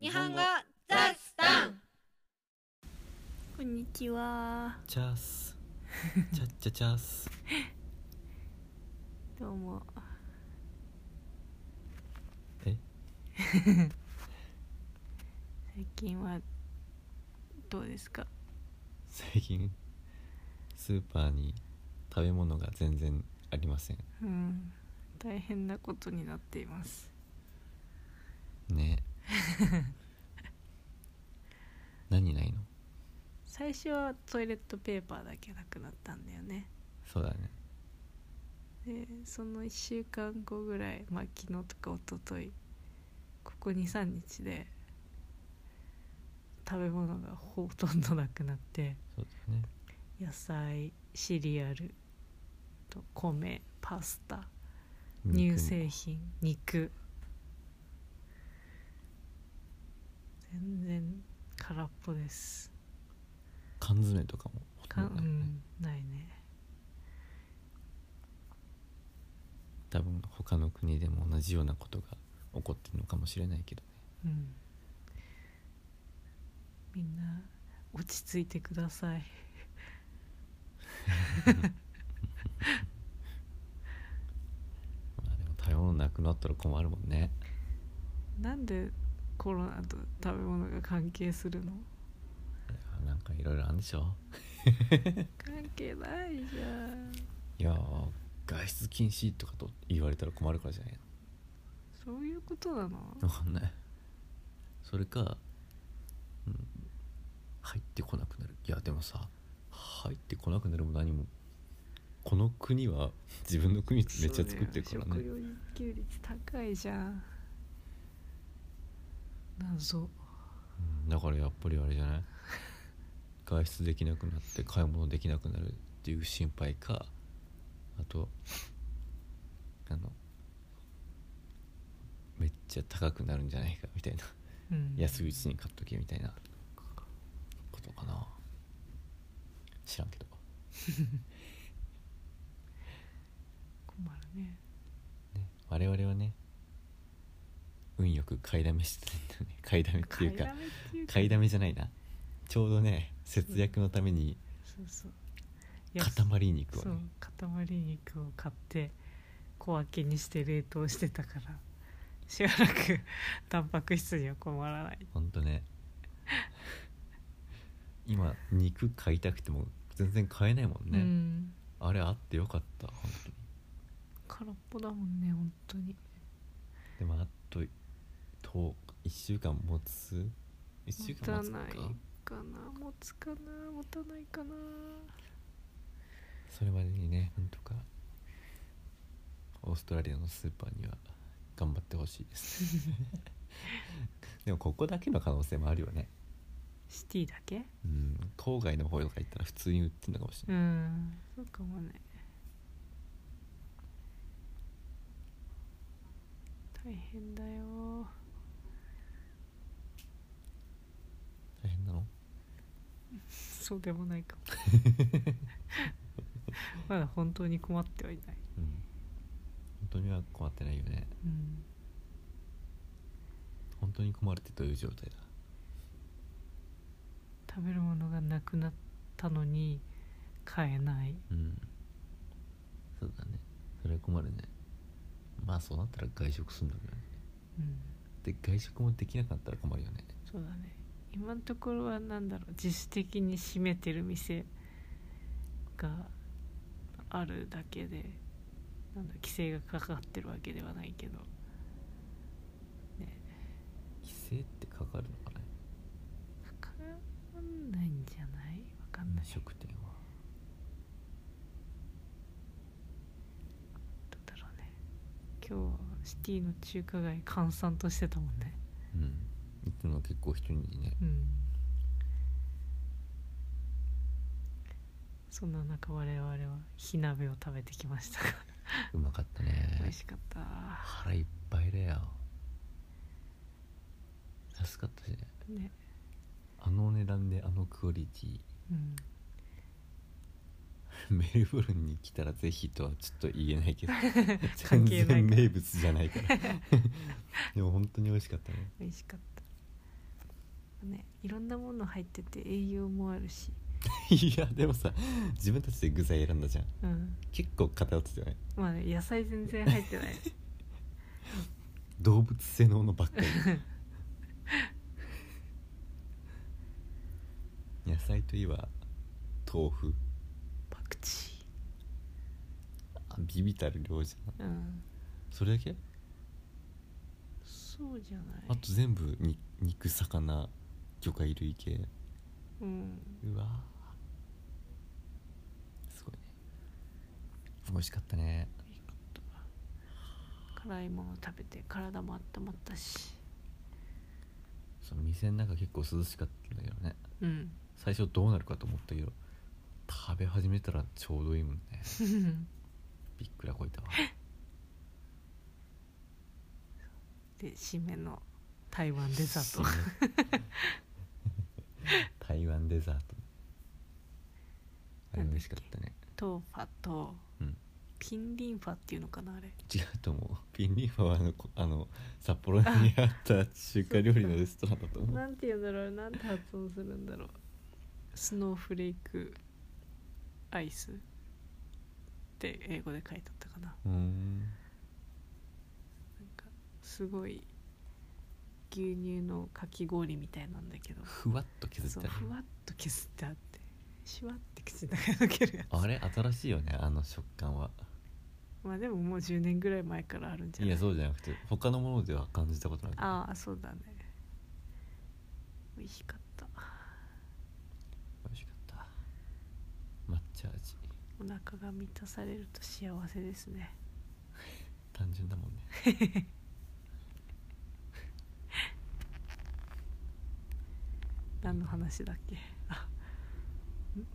日本語ザスタンこんにちは。チャースチャッチャチャースどうも。え 最近はどうですか。最近スーパーに食べ物が全然ありませんうん、大変なことになっています。ね何ないの最初はトイレットペーパーだけなくなったんだよね。そうだねで、その一週間後ぐらい、まあ昨日とか一昨日ここ二三日で食べ物がほとんどなくなって。そうだね野菜シリアルと米パスタ肉乳も製品肉全然空っぽです缶詰とかもほかとうんどないねんないね多分他の国でも同じようなことが起こってるのかもしれないけどねうんみんな落ち着いてくださいまあでも食べ物なくなったら困るもんねなんでコロナと食べ物が関係するのいやなんかいろいろあるんでしょ関係ないじゃんいや外出禁止とかと言われたら困るからじゃないのそういうことなのわかんないそれか、うん、入ってこなくなるいやでもさ入ってこなくなるも何もこの国は自分の国めっちゃ作ってるからそうだよ食ね料自給率高いじゃん謎うんだからやっぱりあれじゃない外出できなくなって買い物できなくなるっていう心配かあとあのめっちゃ高くなるんじゃないかみたいなうん安いうちに買っとけみたいなことかな知らんけど困るねね我々はね運よく買いだめしてたんだよね 買いだめっていうか買いだめっていうか買いだめじゃないなちょうどね節約のためにそうそう塊肉をそうね塊肉を買って小分けにして冷凍してたからしばらくタンパク質には困らないほんとね今肉買いたくても全然買えないもんうね、んあれあってよかった本当に空っぽだもんね本当にでもあとと1週間持つ1週持た間持つかないかな持つかな持たないかなそれまでにねなんとかオーストラリアのスーパーには頑張ってほしいです でもここだけの可能性もあるよね、シティだけうん、郊外の方とか行ったら普通に売ってるのかもしれうない、んそうかもね大変だよ大変なのそうでもないかも まだ本当に困ってはいない、うん本当には困ってないよねうん、本当に困るってどういう状態だ食べるものがなくなったのに買えないうんそうだねそれは困るねまあそうなったら外食するんだけどねうんで外食もできなくなったら困るよねそうだね今のところは何だろう自主的に閉めてる店があるだけでなんだ規制がかかってるわけではないけど規制ってかかるのかねかかんないんじゃないわかんない飲食店はどうだろうね今日はシティの中華街閑散としてたもんねうんいつも結構人にねうんそんな中我々は火鍋を食べてきましたがうまかった美ね味しかった腹いっぱいだよ安かったしねねあの値段であのクオリティうんメルボルンに来たらぜひとはちょっと言えないけど 関完係ない全から 名物じゃないからでも本当に美味しかったね美味しかったねいろんなもの入ってて栄養もあるしいやでもさ自分たちで具材選んだじゃんうん結構偏ってたよねまあね野菜全然入ってない 動物性のものば っかり野菜といえば豆腐パクチあビビたる量じゃんーうんそれだけそうじゃないあと全部に肉魚魚介類系うんうわーすごいね美味しかったねいいことだ辛いもの食べて体も温まったしその店の中結構涼しかったんだけどね うん最初どうなるかと思ったけど食べ始めたらちょうどいいもんねびっくらこいたわで締めの台湾デザート 台湾デザートあれ美味しかったねトーファとうんピンリンファっていうのかなあれ違うと思うピンリーファはあのこあの札幌にあった中華料理のレストランだと思うなんて言うんだろうなんて発音するんだろうスノーフレークアイスって英語で書いてあったかななんうーんかすごい牛乳のかき氷みたいなんだけどふわっと削そっうたねふわっと削ってあってシュワって口の中に抜けるやつあれ新しいよねあの食感はまあでももう10年ぐらい前からあるんじゃいないやそうじゃなくて他のものでは感じたことなかっああそうだね美味しかったた美味しかった抹茶味お腹が満たされると幸せですね単純だもんね何の話だっけ あん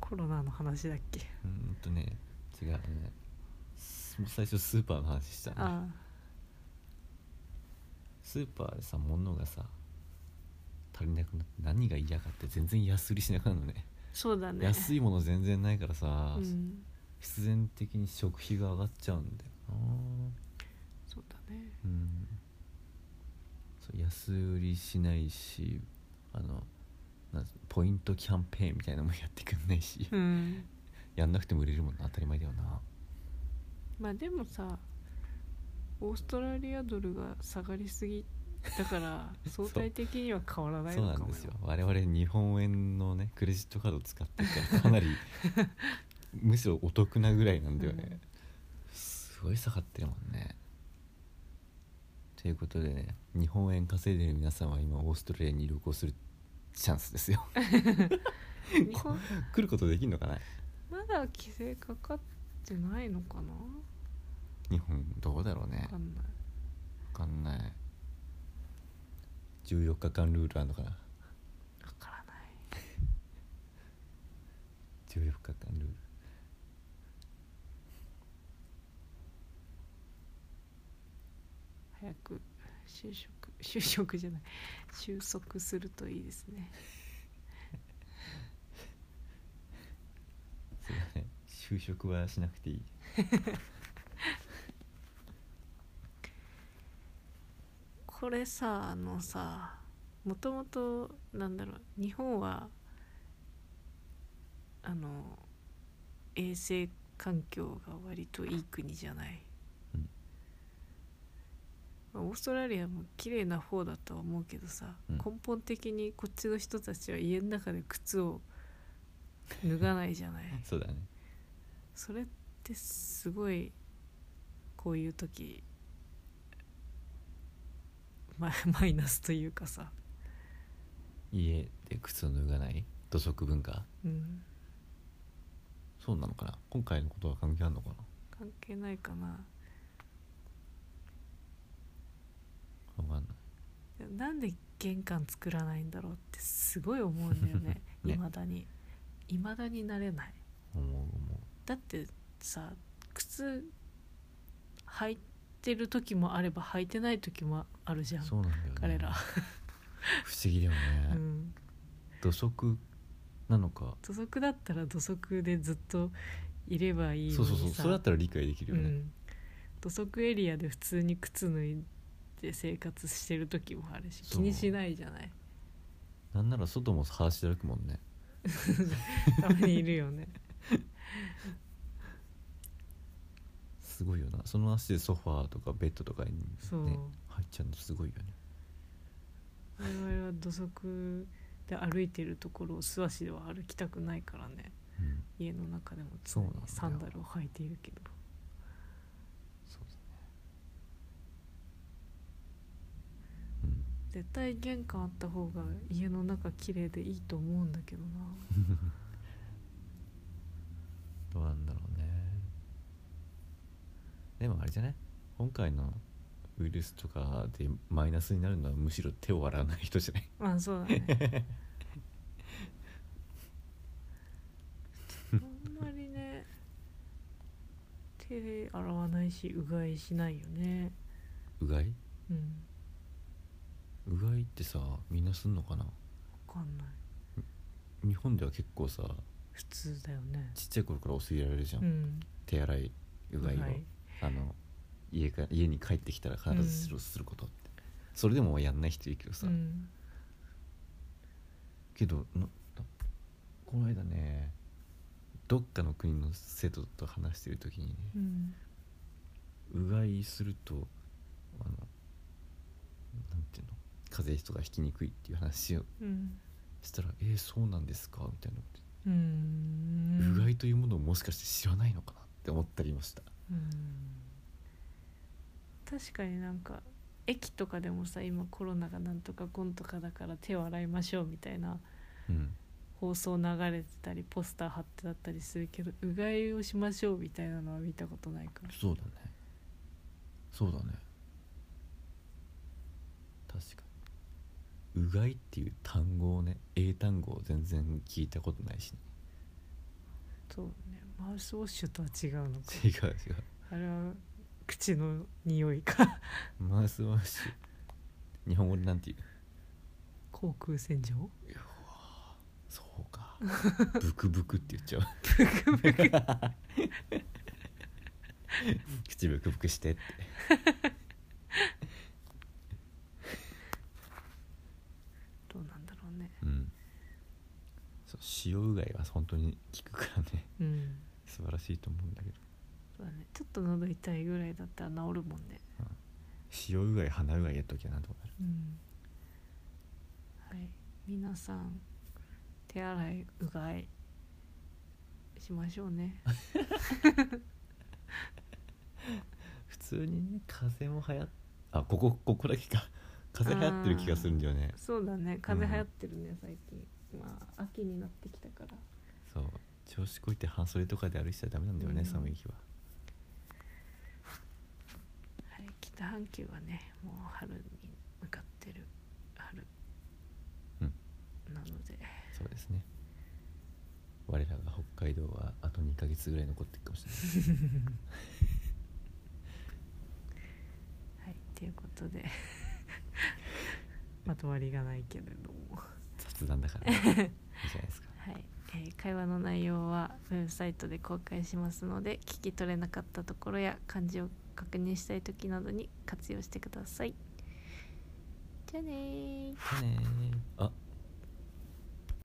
コロナの話だっけうーんとね違うねもう最初スーパーの話したねああスーパーでさ物がさ足りなくなって何が嫌かって全然安売りしなくなるのねそうだね安いいもの全然ないからさ、うん必然的に食費が上がっちゃうんだよなそうだねうんそう安売りしないしあのなんつうのポイントキャンペーンみたいなのもやってくんないし、うんやんなくても売れるもんな当たり前だよなまあでもさオーストラリアドルが下がりすぎだから う相対的には変わらないそうのなかんもですよ我々日本円のねクレジットカード使ってるからかなりむしろお得なぐらいなんだよね、うんすごい下がってるもんねということでね日本円稼いでる皆さんは今オーストラリアに旅行するチャンスですよ日本来ることできんのかなまだ規制かかってないのかな日本どうだろうねわかんない分かんない14日間ルールあんのかなわからない14日間ルール早く就職就職じゃない収束するといいですねそうだね就職はしなくていいこれさあのさもともとなんだろう日本はあの衛生環境が割といい国じゃない、うんまあオーストラリアも綺麗な方だとは思うけどさ、うん根本的にこっちの人たちは家の中で靴を脱がないじゃないそうだねそれってすごいこういう時マ マイナスというかさ、家で靴を脱がない土足文化うん、そうなのかな今回のことは関係あるのかな関係ないかな分かんないなんで玄関作らないんだろうってすごい思うんだよね ねいまだにいまだになれない思う思だってさ靴履いてる時もあれば履いてない時もあるじゃうんそうなんだよね彼ら、不思議だよね、うん、土足なのか 土足だったら土足でずっといればいいのそうにさそうそうそれだったら理解できるよね、うん、土足エリアで普通に靴脱いで生活してる時もあるしそ気うにしないじゃないなんなら外も裸足で歩くもんねたまにいるよ ねすごいよなその足でソファーとかベッドとかに、ね、そう入っちゃうのすごいよね我々は土足で歩いてるところを素足では歩きたくないからねうん家の中でも常そうになんだよサンダルを履いているけどそうだねうん絶対玄関あった方が家の中綺麗でいいと思うんだけどなどうなんだろうねでもあれじゃない今回のウイルスとかでマイナスになるのはむしろ手を洗わない人じゃないまあそうだねあんまりね手洗わないしうがいしないよねうがいうんうがいってさみんなすんのかなわかんない日本では結構さ普通だよねちっちゃい頃から教えられるじゃん、うん手洗いうがいを、あの家か家に帰ってきたら必ずする,、することってそれでもやんない人いるけどさ、うんけどなこの間ねどっかの国の生徒と話してる時にね、うんうがいするとあのなんていうの風邪とかひきにくいっていう話をうんしたら「えー、そうなんですか?」みたいなことう言んってうがいというものをもしかして知らないのかなって思ったりましたうん確かになんか駅とかでもさ今コロナがなんとかゴンとかだから手を洗いましょうみたいなうん放送流れてたりポスター貼ってあったりするけどうがいをしましょうみたいなのは見たことないからそうだねそうだね確かにうがいっていう単語をね英単語を全然聞いたことないし、ね、 そうねマウスウォッシュとは違うのか違う違うあれは口の匂いかマウスワッシュ日本語でなんて言う 航空洗浄そうかブクブクって言っちゃう口ブクブクしてってどうなんだろうねうんそう塩うがいは本当に効くからねうん素晴らしいと思うんだけどそうだねちょっと喉痛いぐらいだったら治るもんね塩うがい鼻うがいやっときゃなんとかなるうんはい皆さん手洗いうがいしましょうね 普通にね風邪も流行っあここここだけか風邪流行ってる気がするんだよねそうだね風邪流行ってるね最近まあ秋になってきたからそう調子こいて半袖とかで歩いてたらダメなんだよね、うん寒い日ははい、北半球はねもう春に向かってる春、うんなのでそうですね我らが北海道はあと2ヶ月ぐらい残ってるかもしれないはいということでまとまりがないけれども、雑談だから、ね、いいじゃないですかはいえー会話の内容はウェブサイトで公開しますので聞き取れなかったところや漢字を確認したい時などに活用してくださいじゃあねーじゃあねーあ